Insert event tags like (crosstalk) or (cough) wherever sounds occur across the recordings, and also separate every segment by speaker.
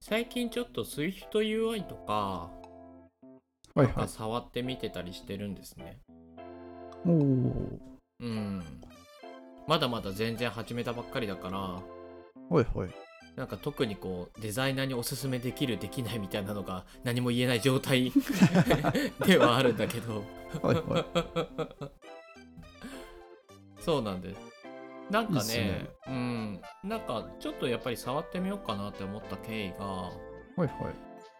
Speaker 1: 最近ちょっと SwiftUI とかな
Speaker 2: はい
Speaker 1: ん
Speaker 2: は
Speaker 1: か
Speaker 2: い。
Speaker 1: 触ってみてたりしてるんですね。
Speaker 2: おお。
Speaker 1: うん。まだまだ全然始めたばっかりだから、
Speaker 2: はいはい。
Speaker 1: なんか特にこうデザイナーにおすすめできるできないみたいなのが何も言えない状
Speaker 2: (laughs)
Speaker 1: 態ではあるんだけど。
Speaker 2: はいはい。
Speaker 1: そうなんです。なんか
Speaker 2: いいっす
Speaker 1: ね
Speaker 2: ね
Speaker 1: うん、なんかちょっとやっぱり触ってみようかなって思った経緯が、
Speaker 2: はいはい。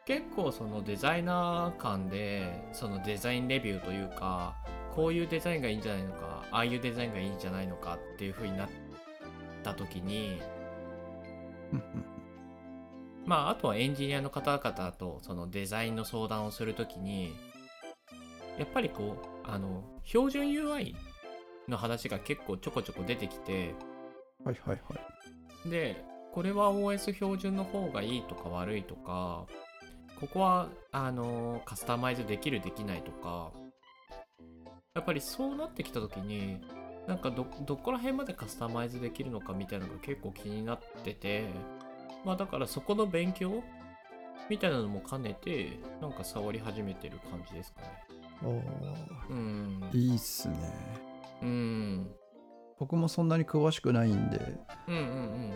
Speaker 1: 結構そのデザイナー間でそのデザインレビューというかこういうデザインがいいんじゃないのかああいうデザインがいいんじゃないのかっていう風になった時に
Speaker 2: うん
Speaker 1: まああとはエンジニアの方々とそのデザインの相談をする時にやっぱりこうあの標準 UI の話が結構ちょこちょこ出てきて
Speaker 2: うんはいはいはい。
Speaker 1: でこれは OS 標準の方がいいとか悪いとかここはあのカスタマイズできるできないとかやっぱりそうなってきた時になんかどどこら辺までカスタマイズできるのかみたいなのが結構気になっててまあだからそこの勉強みたいなのも兼ねてなんか触り始めてる感じですかね
Speaker 2: あ
Speaker 1: うん
Speaker 2: あ。いいっすね。
Speaker 1: うん
Speaker 2: 僕もそんなに詳しくないんで、
Speaker 1: うん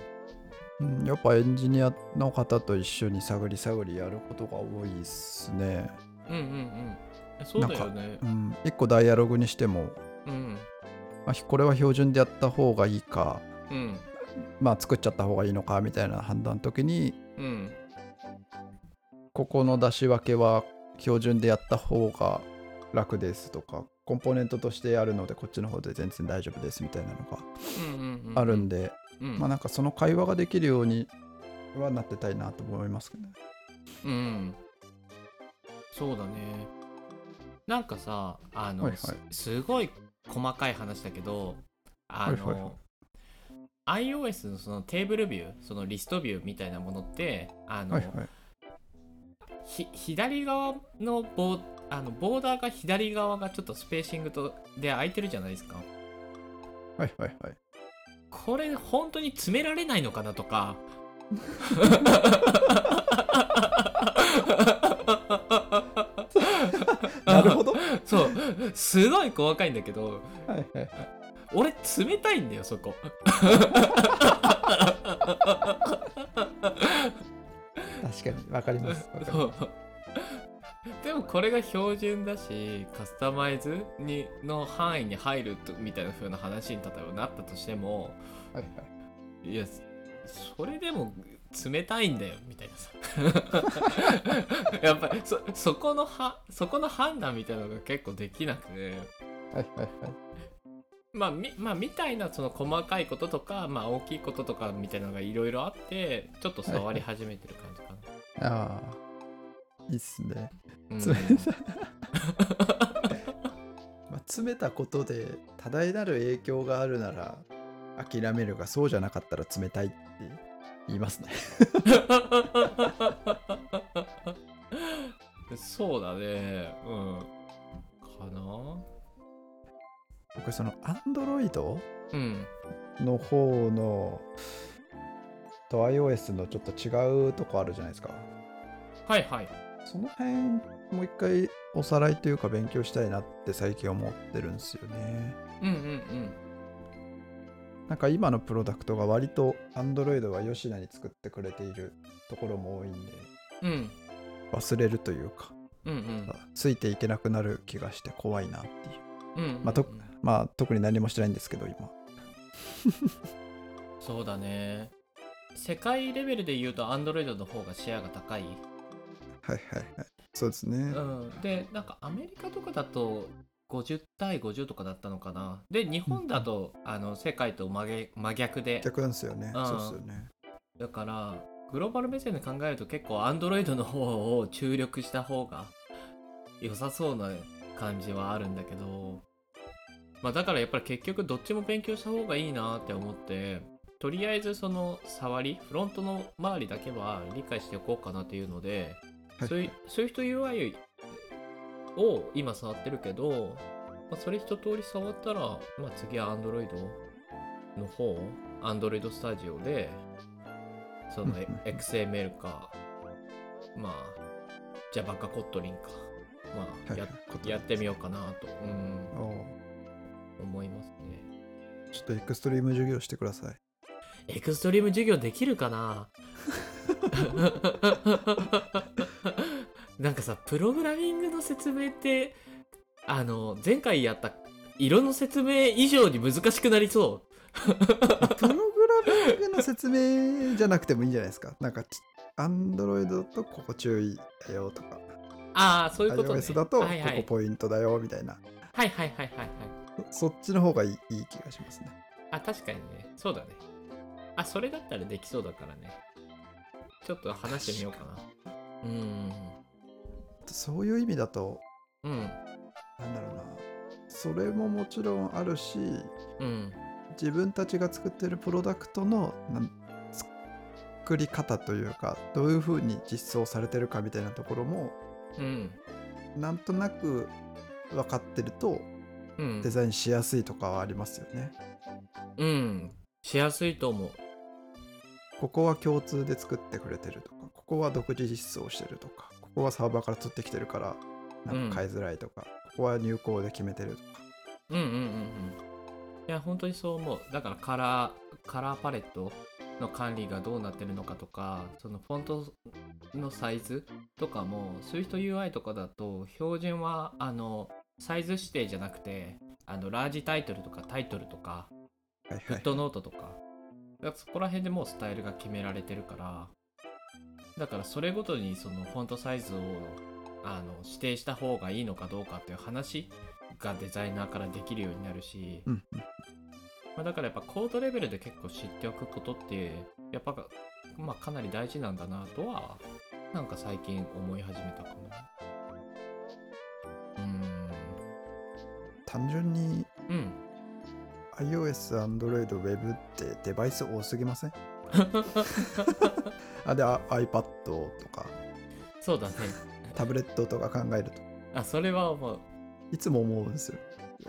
Speaker 1: うん
Speaker 2: うん、やっぱエンジニアの方と一緒に探り探りやることが多いっすね。
Speaker 1: うんうんうんうんそうだよね
Speaker 2: うん。一個ダイアログにしても、
Speaker 1: うん
Speaker 2: まあ、ひこれは標準でやった方がいいか、
Speaker 1: うん
Speaker 2: まあ作っちゃった方がいいのかみたいな判断の時に、
Speaker 1: うん
Speaker 2: ここの出し分けは標準でやった方が楽ですとかコンポーネントとしてあるのでこっちの方で全然大丈夫ですみたいなのが
Speaker 1: うんうんうんうん
Speaker 2: あるんで、
Speaker 1: うん
Speaker 2: まあなんかその会話ができるようにはなってたいなと思いますけどね。
Speaker 1: うんそうだねなんかさあの、
Speaker 2: はいはい
Speaker 1: すすごい細かい話だけどあの、
Speaker 2: はいはい
Speaker 1: iOS のそのテーブルビューそのリストビューみたいなものってあの、
Speaker 2: はいはい。
Speaker 1: ひ左側のボーあのボーダーが左側がちょっとスペーシングとで空いてるじゃないですか
Speaker 2: はいはいはい。
Speaker 1: これ本当に詰められないのかなとか
Speaker 2: なるほど。は
Speaker 1: そうすごい細かいんだけど
Speaker 2: いはいはい。
Speaker 1: 俺冷たいんだよそこ
Speaker 2: 確かにわかります。わかり
Speaker 1: そ
Speaker 2: ま
Speaker 1: うでもこれが標準だしカスタマイズにの範囲に入るとみたいな風な話に例えばなったとしても
Speaker 2: すはいはい
Speaker 1: やそれでも冷たいんだよみたいなさ (laughs) やっぱりそそこのはそこの判断みたいなのが結構できなくて
Speaker 2: いはいはいはい。
Speaker 1: まあみまあ、みたいなその細かいこととか、まあ、大きいこととかみたいなのがいろいろあってちょっと触り始めてる感じかな。
Speaker 2: ああ。いいっすね。
Speaker 1: うん
Speaker 2: 冷まあ、詰めたことで多大なる影響があるなら諦めるがそうじゃなかったら冷たいって言いますね。
Speaker 1: そうだね。うん。かな
Speaker 2: 僕そのアンドロイド
Speaker 1: うん。
Speaker 2: の方のと iOS のちょっと違うとこあるじゃないですか。
Speaker 1: はいはい。
Speaker 2: その辺もう一回おさらいというか勉強したいなって最近思ってるんですよね。
Speaker 1: うんうん
Speaker 2: なんか今のプロダクトが割と Android は吉田に作ってくれているところも多いんで
Speaker 1: うん。うん。
Speaker 2: 忘れるというか
Speaker 1: うんうん。
Speaker 2: ついていけなくなる気がして怖いなっていう。
Speaker 1: うんうんうん
Speaker 2: まあとまあ特に何もしてないんですけど今
Speaker 1: そうだね。世界レベルで言うと Android の方がシェアが高い。
Speaker 2: はいはいはいそうですね、
Speaker 1: うん、でなんかアメリカとかだと50対50とかだったのかなで日本だと、あの世界と真逆真逆で
Speaker 2: 逆なんですよね、
Speaker 1: うん
Speaker 2: そうですよね
Speaker 1: だからグローバル目線で考えると結構アンドロイドの方を注力した方が良さそうな感じはあるんだけど、まあ、だからやっぱり結局どっちも勉強した方がいいなって思ってとりあえずその触りフロントの周りだけは理解しておこうかなっていうので
Speaker 2: はい
Speaker 1: そういうそういう人 UI を今触ってるけど、まあ、それ一通り触ったら、まあ、次は Android の方 Android スタジオでその
Speaker 2: うんうんうん
Speaker 1: XML かまあ、じゃあバカコットリンか。まあ、
Speaker 2: はい
Speaker 1: や
Speaker 2: コットリン
Speaker 1: やってみようかなと、うん、
Speaker 2: おう
Speaker 1: 思いますね。
Speaker 2: ちょっとエクストリーム授業してください。
Speaker 1: エクストリーム授業できるかな (laughs) なんかさプログラミングの説明ってあの前回やった色の説明以上に難しくなりそ
Speaker 2: (laughs) プログラミングの説明じゃなくてもいいんじゃないですか。なんかち、アンドロイドとここ注意だよとか、
Speaker 1: うああそういうことね
Speaker 2: iOS だとこ
Speaker 1: はいはい、
Speaker 2: こポイントだよみたいな、
Speaker 1: はいはいはいはいはい
Speaker 2: そそっちの方がいいいい気がしますね。
Speaker 1: あ確かにねそうだねあそれだったらできそうだからねちょっと話してみようかな
Speaker 2: そういう意味だと、
Speaker 1: うーんうん
Speaker 2: なんだろうな、それももちろんあるし、
Speaker 1: うん
Speaker 2: 自分たちが作ってるプロダクトのなん作り方というか、どういうふうに実装されてるかみたいなところも、
Speaker 1: うん
Speaker 2: なんとなく分かってると、
Speaker 1: うん
Speaker 2: デザインしやすいとかはありますよね。
Speaker 1: うんしやすいと思う
Speaker 2: ここは共通で作ってくれてるとかここは独自実装してるとかここはサーバーから取ってきてるからなんか変えづらいとか、ここは入稿で決めてるとか
Speaker 1: うんうんうんうんいや本当にそう思うだからカラーカラーパレットの管理がどうなってるのかとかそのフォントのサイズとかも SwiftUI とかだと標準はあのサイズ指定じゃなくてあのラージタイトルとかタイトルとか
Speaker 2: はい
Speaker 1: フ
Speaker 2: は
Speaker 1: ッ
Speaker 2: い
Speaker 1: トノートとかだからそこら辺でもうスタイルが決められてるからだからそれごとにそのフォントサイズをあの指定した方がいいのかどうかっていう話がデザイナーからできるようになるし、
Speaker 2: うんうん
Speaker 1: まあ、だからやっぱコードレベルで結構知っておくことってやっぱ、まあ、かなり大事なんだなとはなんか最近思い始めたかな
Speaker 2: 単純に
Speaker 1: うーんうん
Speaker 2: iOS、Android、Web ってデバイス多すぎませんあであ iPad とか
Speaker 1: そう
Speaker 2: (laughs)
Speaker 1: だね
Speaker 2: タブレットとか考えると
Speaker 1: あそれは思う
Speaker 2: いつも思うんですよ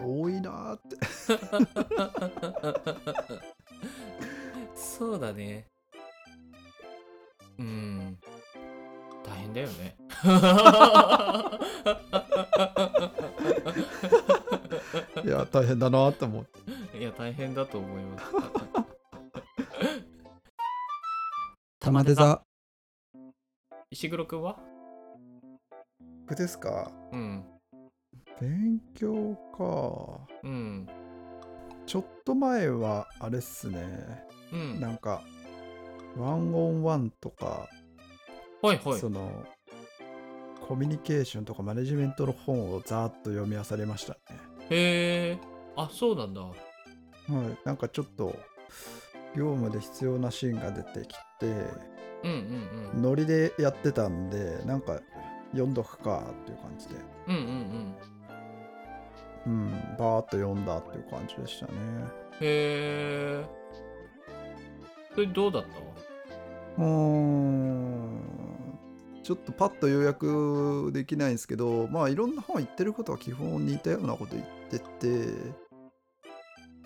Speaker 2: 多いなーって
Speaker 1: そうだね。うん。大変だよね。 (laughs)
Speaker 2: いや大変だなーって思って
Speaker 1: いや、大変だと思います。
Speaker 2: 玉出座
Speaker 1: 石黒くんは
Speaker 2: 僕ですか
Speaker 1: うん。
Speaker 2: 勉強か
Speaker 1: うん。
Speaker 2: ちょっと前はあれっすね、
Speaker 1: うん。
Speaker 2: なんかワンオンワンとか、
Speaker 1: はいはい
Speaker 2: そ。のコミュニケーションとかマネジメントの本をざーっと読み漁りました
Speaker 1: へえ。あ、そうなんだ。
Speaker 2: ね、はい、なんかちょっと業務で必要なシーンが出てきて
Speaker 1: うんうん
Speaker 2: ノリでやってたんでなんか読んどくかっていう感じで
Speaker 1: うん。うんうんうん。
Speaker 2: うんバーっと読んだっていう感じでしたね
Speaker 1: へえ。それどうだった
Speaker 2: うーんちょっとパッと予約できないんですけどまあいろんな本言ってることは基本似たようなこと言ってて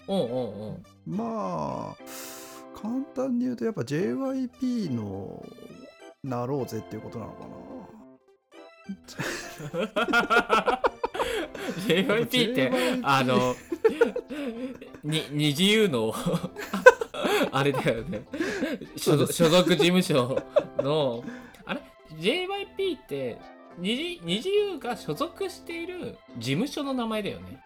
Speaker 1: うんうんう
Speaker 2: (laughs)
Speaker 1: ん。
Speaker 2: まあ簡単に言うとやっぱ JYP のなろうぜっていうことなのかな
Speaker 1: JYP ってあの (laughs) に二自由の (laughs) あれだよね所
Speaker 2: そうで
Speaker 1: 属
Speaker 2: す
Speaker 1: 所属事務所のあれ JYP って二次二自由が所属している事務所の名前だよね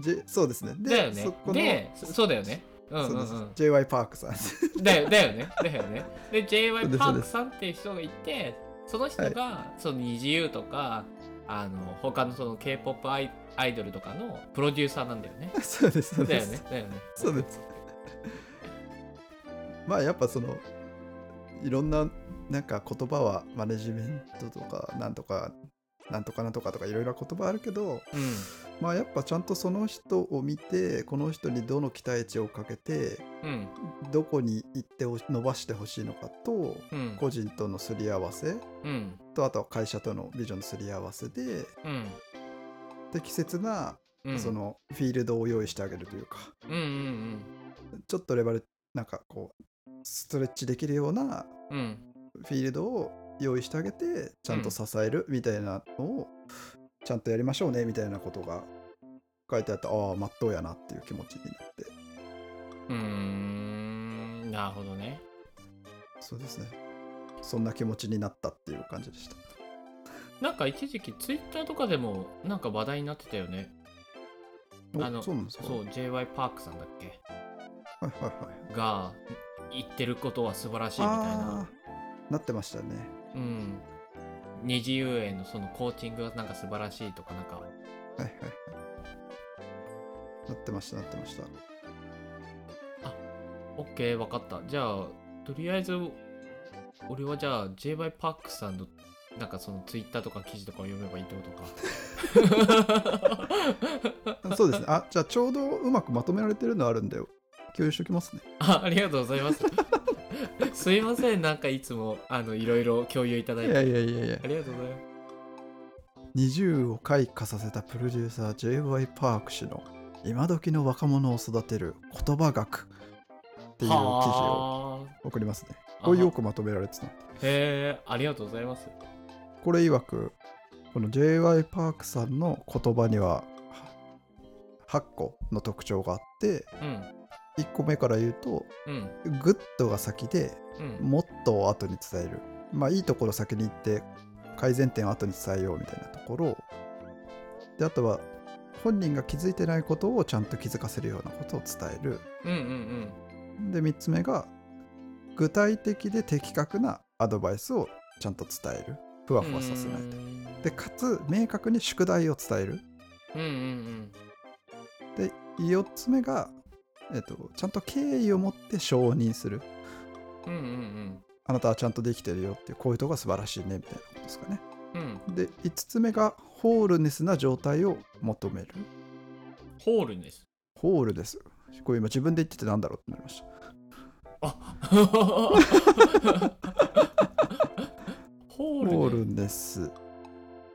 Speaker 2: J- そうですね
Speaker 1: だよね
Speaker 2: そこの
Speaker 1: でそそうだよねうんうんう
Speaker 2: そうんです JY パークさん (laughs)
Speaker 1: だよだよねだよねで j y
Speaker 2: そうです
Speaker 1: パ
Speaker 2: そ
Speaker 1: ー
Speaker 2: うで
Speaker 1: ク
Speaker 2: す
Speaker 1: さんっていう人がいてその人が、その NiziU とかあの他のその k p o p アイアイドルとかのプロデューサーなんだよね
Speaker 2: そうですそう
Speaker 1: だ
Speaker 2: で
Speaker 1: よ
Speaker 2: す、
Speaker 1: ねだよね
Speaker 2: そうですまあやっぱそのいろんななんか言葉はマネジメントとかなんとかなんとかなんとかとかいろいろな言葉あるけどまあやっぱちゃんとその人を見てこの人にどの期待値をかけて
Speaker 1: うんうん
Speaker 2: どこに行ってほし伸ばしてほしいのかと
Speaker 1: うん
Speaker 2: 個人とのすり合わせ
Speaker 1: うん
Speaker 2: とあとは会社とのビジョンのすり合わせで
Speaker 1: うん
Speaker 2: 適切な
Speaker 1: うん
Speaker 2: そのフィールドを用意してあげるというか、
Speaker 1: うんうん
Speaker 2: ちょっとレバレなんかこうストレッチできるような
Speaker 1: うんうん
Speaker 2: フィールドを用意してあげてちゃんと支えるみたいなのをちゃんとやりましょうねみたいなことが書いてあったああまっとうやなっていう気持ちになって
Speaker 1: うーんなるほどね
Speaker 2: そうですねそんな気持ちになったっていう感じでした
Speaker 1: なんか一時期ツイッターとかでもなんか話題になってたよね
Speaker 2: お
Speaker 1: あの
Speaker 2: そうなんですか
Speaker 1: そう j y パークさんだっけ
Speaker 2: はいはいはい
Speaker 1: が言ってることは素晴らしいみたい
Speaker 2: あ
Speaker 1: な、
Speaker 2: ーなってましたね
Speaker 1: うん、二次遊泳のそのコーチングがなんか素晴らしいとかなんか
Speaker 2: はいはいはいなってましたなってました
Speaker 1: OK 分かったじゃあとりあえず俺はじゃあ j y パークさんのなんかそのツイッターとか記事とかを読めばいいってことか
Speaker 2: そうですねあじゃあちょうどうまくまとめられてるのあるんだよ共有しときますね
Speaker 1: あありがとうございますすいませんなんかいつもあのいろいろ共有いただい
Speaker 2: い
Speaker 1: て
Speaker 2: やいやいやいや
Speaker 1: ありがとうございます
Speaker 2: 20を開花させたプロデューサー J.Y. パーク氏の今時の若者を育てる言葉学っていう記事
Speaker 1: は
Speaker 2: を送りますね。
Speaker 1: あ
Speaker 2: これよくまとめられてた。
Speaker 1: へえありがとうございます
Speaker 2: これ曰く、この J.Y. パークさんの言葉には8個の特徴があって、
Speaker 1: うん
Speaker 2: 1個目から言うと、
Speaker 1: うん
Speaker 2: グッドが先で、
Speaker 1: うん
Speaker 2: もっとを後に伝える。まあ、いいところ先に行って、改善点を後に伝えようみたいなところを。で、あとは、本人が気づいてないことをちゃんと気づかせるようなことを伝える。
Speaker 1: うんうん
Speaker 2: で、3つ目が、具体的で的確なアドバイスをちゃんと伝える。ふ
Speaker 1: う
Speaker 2: わ
Speaker 1: ん
Speaker 2: ふわさせないと。
Speaker 1: う
Speaker 2: で、かつ、明確に宿題を伝える。
Speaker 1: んうんうん
Speaker 2: で、4つ目が、えっと、ちゃんと敬意を持って承認する。
Speaker 1: うんうんうん
Speaker 2: あなたはちゃんとできてるよっていう、こういうとこが素晴らしいね、みたいなことですかね。
Speaker 1: うんうん
Speaker 2: で5つ目がホールネスな状態を求める
Speaker 1: ホールです
Speaker 2: ホールですこれ今自分で言っててなんだろうってなりました
Speaker 1: あホ
Speaker 2: ホ
Speaker 1: ー
Speaker 2: ー
Speaker 1: ルネス
Speaker 2: ルネス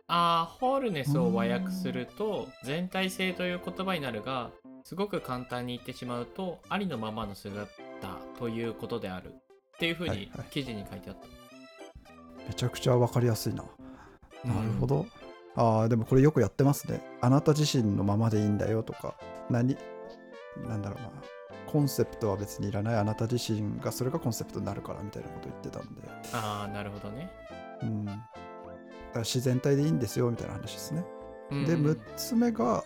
Speaker 1: あーホールネスを和訳すると全体性という言葉になるがすごく簡単に言ってしまうとありのままの姿ということであるっていうふう
Speaker 2: は
Speaker 1: に
Speaker 2: いはい
Speaker 1: 記事に書いてあった、
Speaker 2: めちゃくちゃ分かりやすいな、なるほ
Speaker 1: ど
Speaker 2: どあーでもこれよくやってますねあなた自身のままでいいんだよとか何なんだろうなコンセプトは別にいらないあなた自身がそれがコンセプトになるからみたいなこと言ってたんで、
Speaker 1: ああなるほどね
Speaker 2: うん、だから自然体でいいんですよみたいな話ですね
Speaker 1: うん
Speaker 2: で6つ目が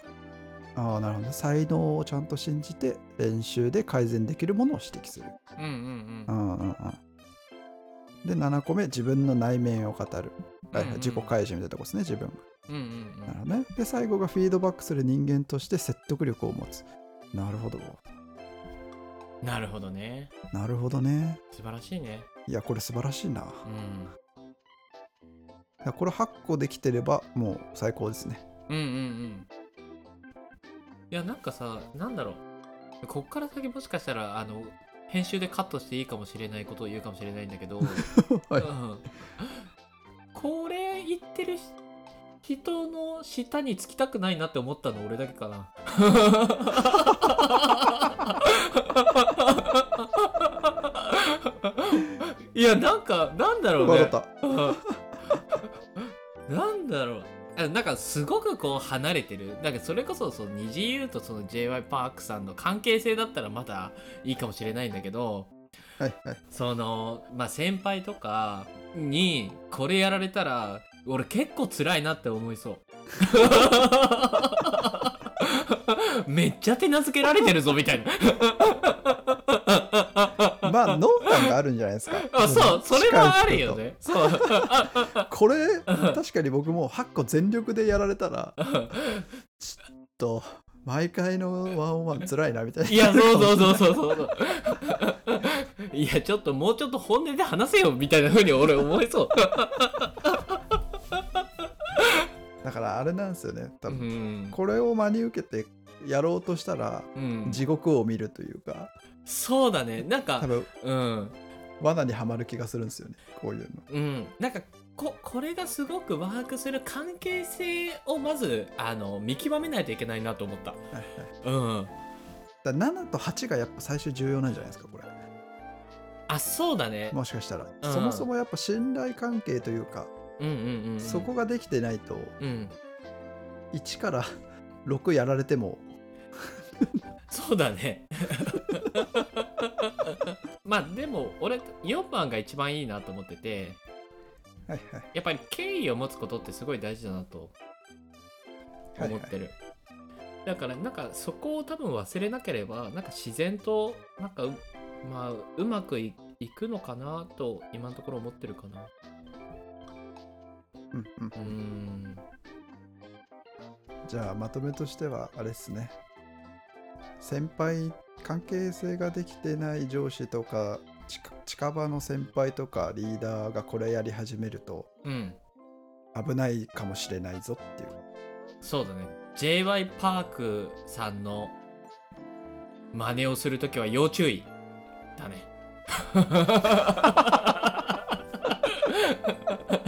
Speaker 2: あーなるほどね才能をちゃんと信じて練習で改善できるものを指摘する。
Speaker 1: うんうん
Speaker 2: う
Speaker 1: うん
Speaker 2: んうんうん、で7個目自分の内面を語る。はいはい
Speaker 1: うんうん
Speaker 2: 自己開示みたいなとこですね自分
Speaker 1: うんうん
Speaker 2: が。なるほどね。で最後がフィードバックする人間として説得力を持つ。なるほど。
Speaker 1: うんなるほどね
Speaker 2: なるほどね。
Speaker 1: 素晴らしいね
Speaker 2: いやこれ素晴らしいな。
Speaker 1: うん
Speaker 2: いやこれ8個できてればもう最高で
Speaker 1: (laughs)
Speaker 2: すね。
Speaker 1: うんうんうんいやなんかさなんだろうこっから先もしかしたらあの編集でカットしていいかもしれないことを言うかもしれないんだけど、
Speaker 2: はい
Speaker 1: うんこれ言ってるし人の下につきたくないなって思ったの俺だけかな (laughs) いやなんかなんだろうね
Speaker 2: 笑った。
Speaker 1: うんなんだろうあなんかすごくこう離れてるなんかそれこそその二次優とその j y パークさんの関係性だったらまだいいかもしれないんだけど
Speaker 2: はいはい。
Speaker 1: そのまあ先輩とかにこれやられたら俺結構辛いなって思いそう (laughs) めっちゃ手なずけられてるぞみたいな。
Speaker 2: まあ濃淡があるんじゃないですか
Speaker 1: あそうそれはあるよ
Speaker 2: ね
Speaker 1: ねそう
Speaker 2: これ確かに僕も8個全力でやられたらちょっと毎回のワンオンワンつらいなみたいない
Speaker 1: や、そうそうそうそうそうそう。いや、ちょっともうちょっと本音で話せよみたいな風に俺思いそう。
Speaker 2: だからあれなんですよね多
Speaker 1: う
Speaker 2: 分、
Speaker 1: ん。
Speaker 2: これを真に受けてやろうとしたら
Speaker 1: うん、
Speaker 2: 地獄を見るというか
Speaker 1: そうだね。なん
Speaker 2: 多
Speaker 1: か、
Speaker 2: 分
Speaker 1: うん。
Speaker 2: 罠にはまる気がするんですよねこういうの
Speaker 1: うん。なんか、こ、これがすごくワークする関係性をまず、あの、見極めないといけないなと思った。
Speaker 2: はいはい。
Speaker 1: うん。
Speaker 2: だから7と8がやっぱ最終重要なんじゃないですかこれ
Speaker 1: ああそうだね、
Speaker 2: もしかしたら、
Speaker 1: うん
Speaker 2: そもそもやっぱ信頼関係というか、
Speaker 1: うんうんうんうん
Speaker 2: そこができてないと
Speaker 1: うん
Speaker 2: 1から6やられても
Speaker 1: そうだね (laughs) まあでも俺4番が一番いいなと思ってて
Speaker 2: はいはい
Speaker 1: やっぱり敬意を持つことってすごい大事だなと
Speaker 2: はい
Speaker 1: 思ってる、だからなんかそこを多分忘れなければなんか自然となんかう,、まあ、うまくいいくのかなと今のところ思ってるかな
Speaker 2: うんうん
Speaker 1: うーん
Speaker 2: じゃあまとめとしてはあれですね先輩関係性ができてない上司とか近近場の先輩とかリーダーがこれやり始めると
Speaker 1: うん
Speaker 2: 危ないかもしれないぞっていう
Speaker 1: そうだね j y パークさんの真似をするときは要注意だ
Speaker 2: (laughs)
Speaker 1: ね (laughs)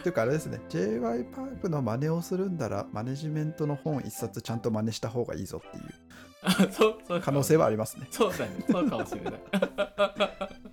Speaker 2: っていうかあれですね j y パークの真似をするんだらマネジメントの本一冊ちゃんと真似した方がいいぞっていう
Speaker 1: あそうそう
Speaker 2: 可能性はありますね
Speaker 1: そうだねそうかもしれない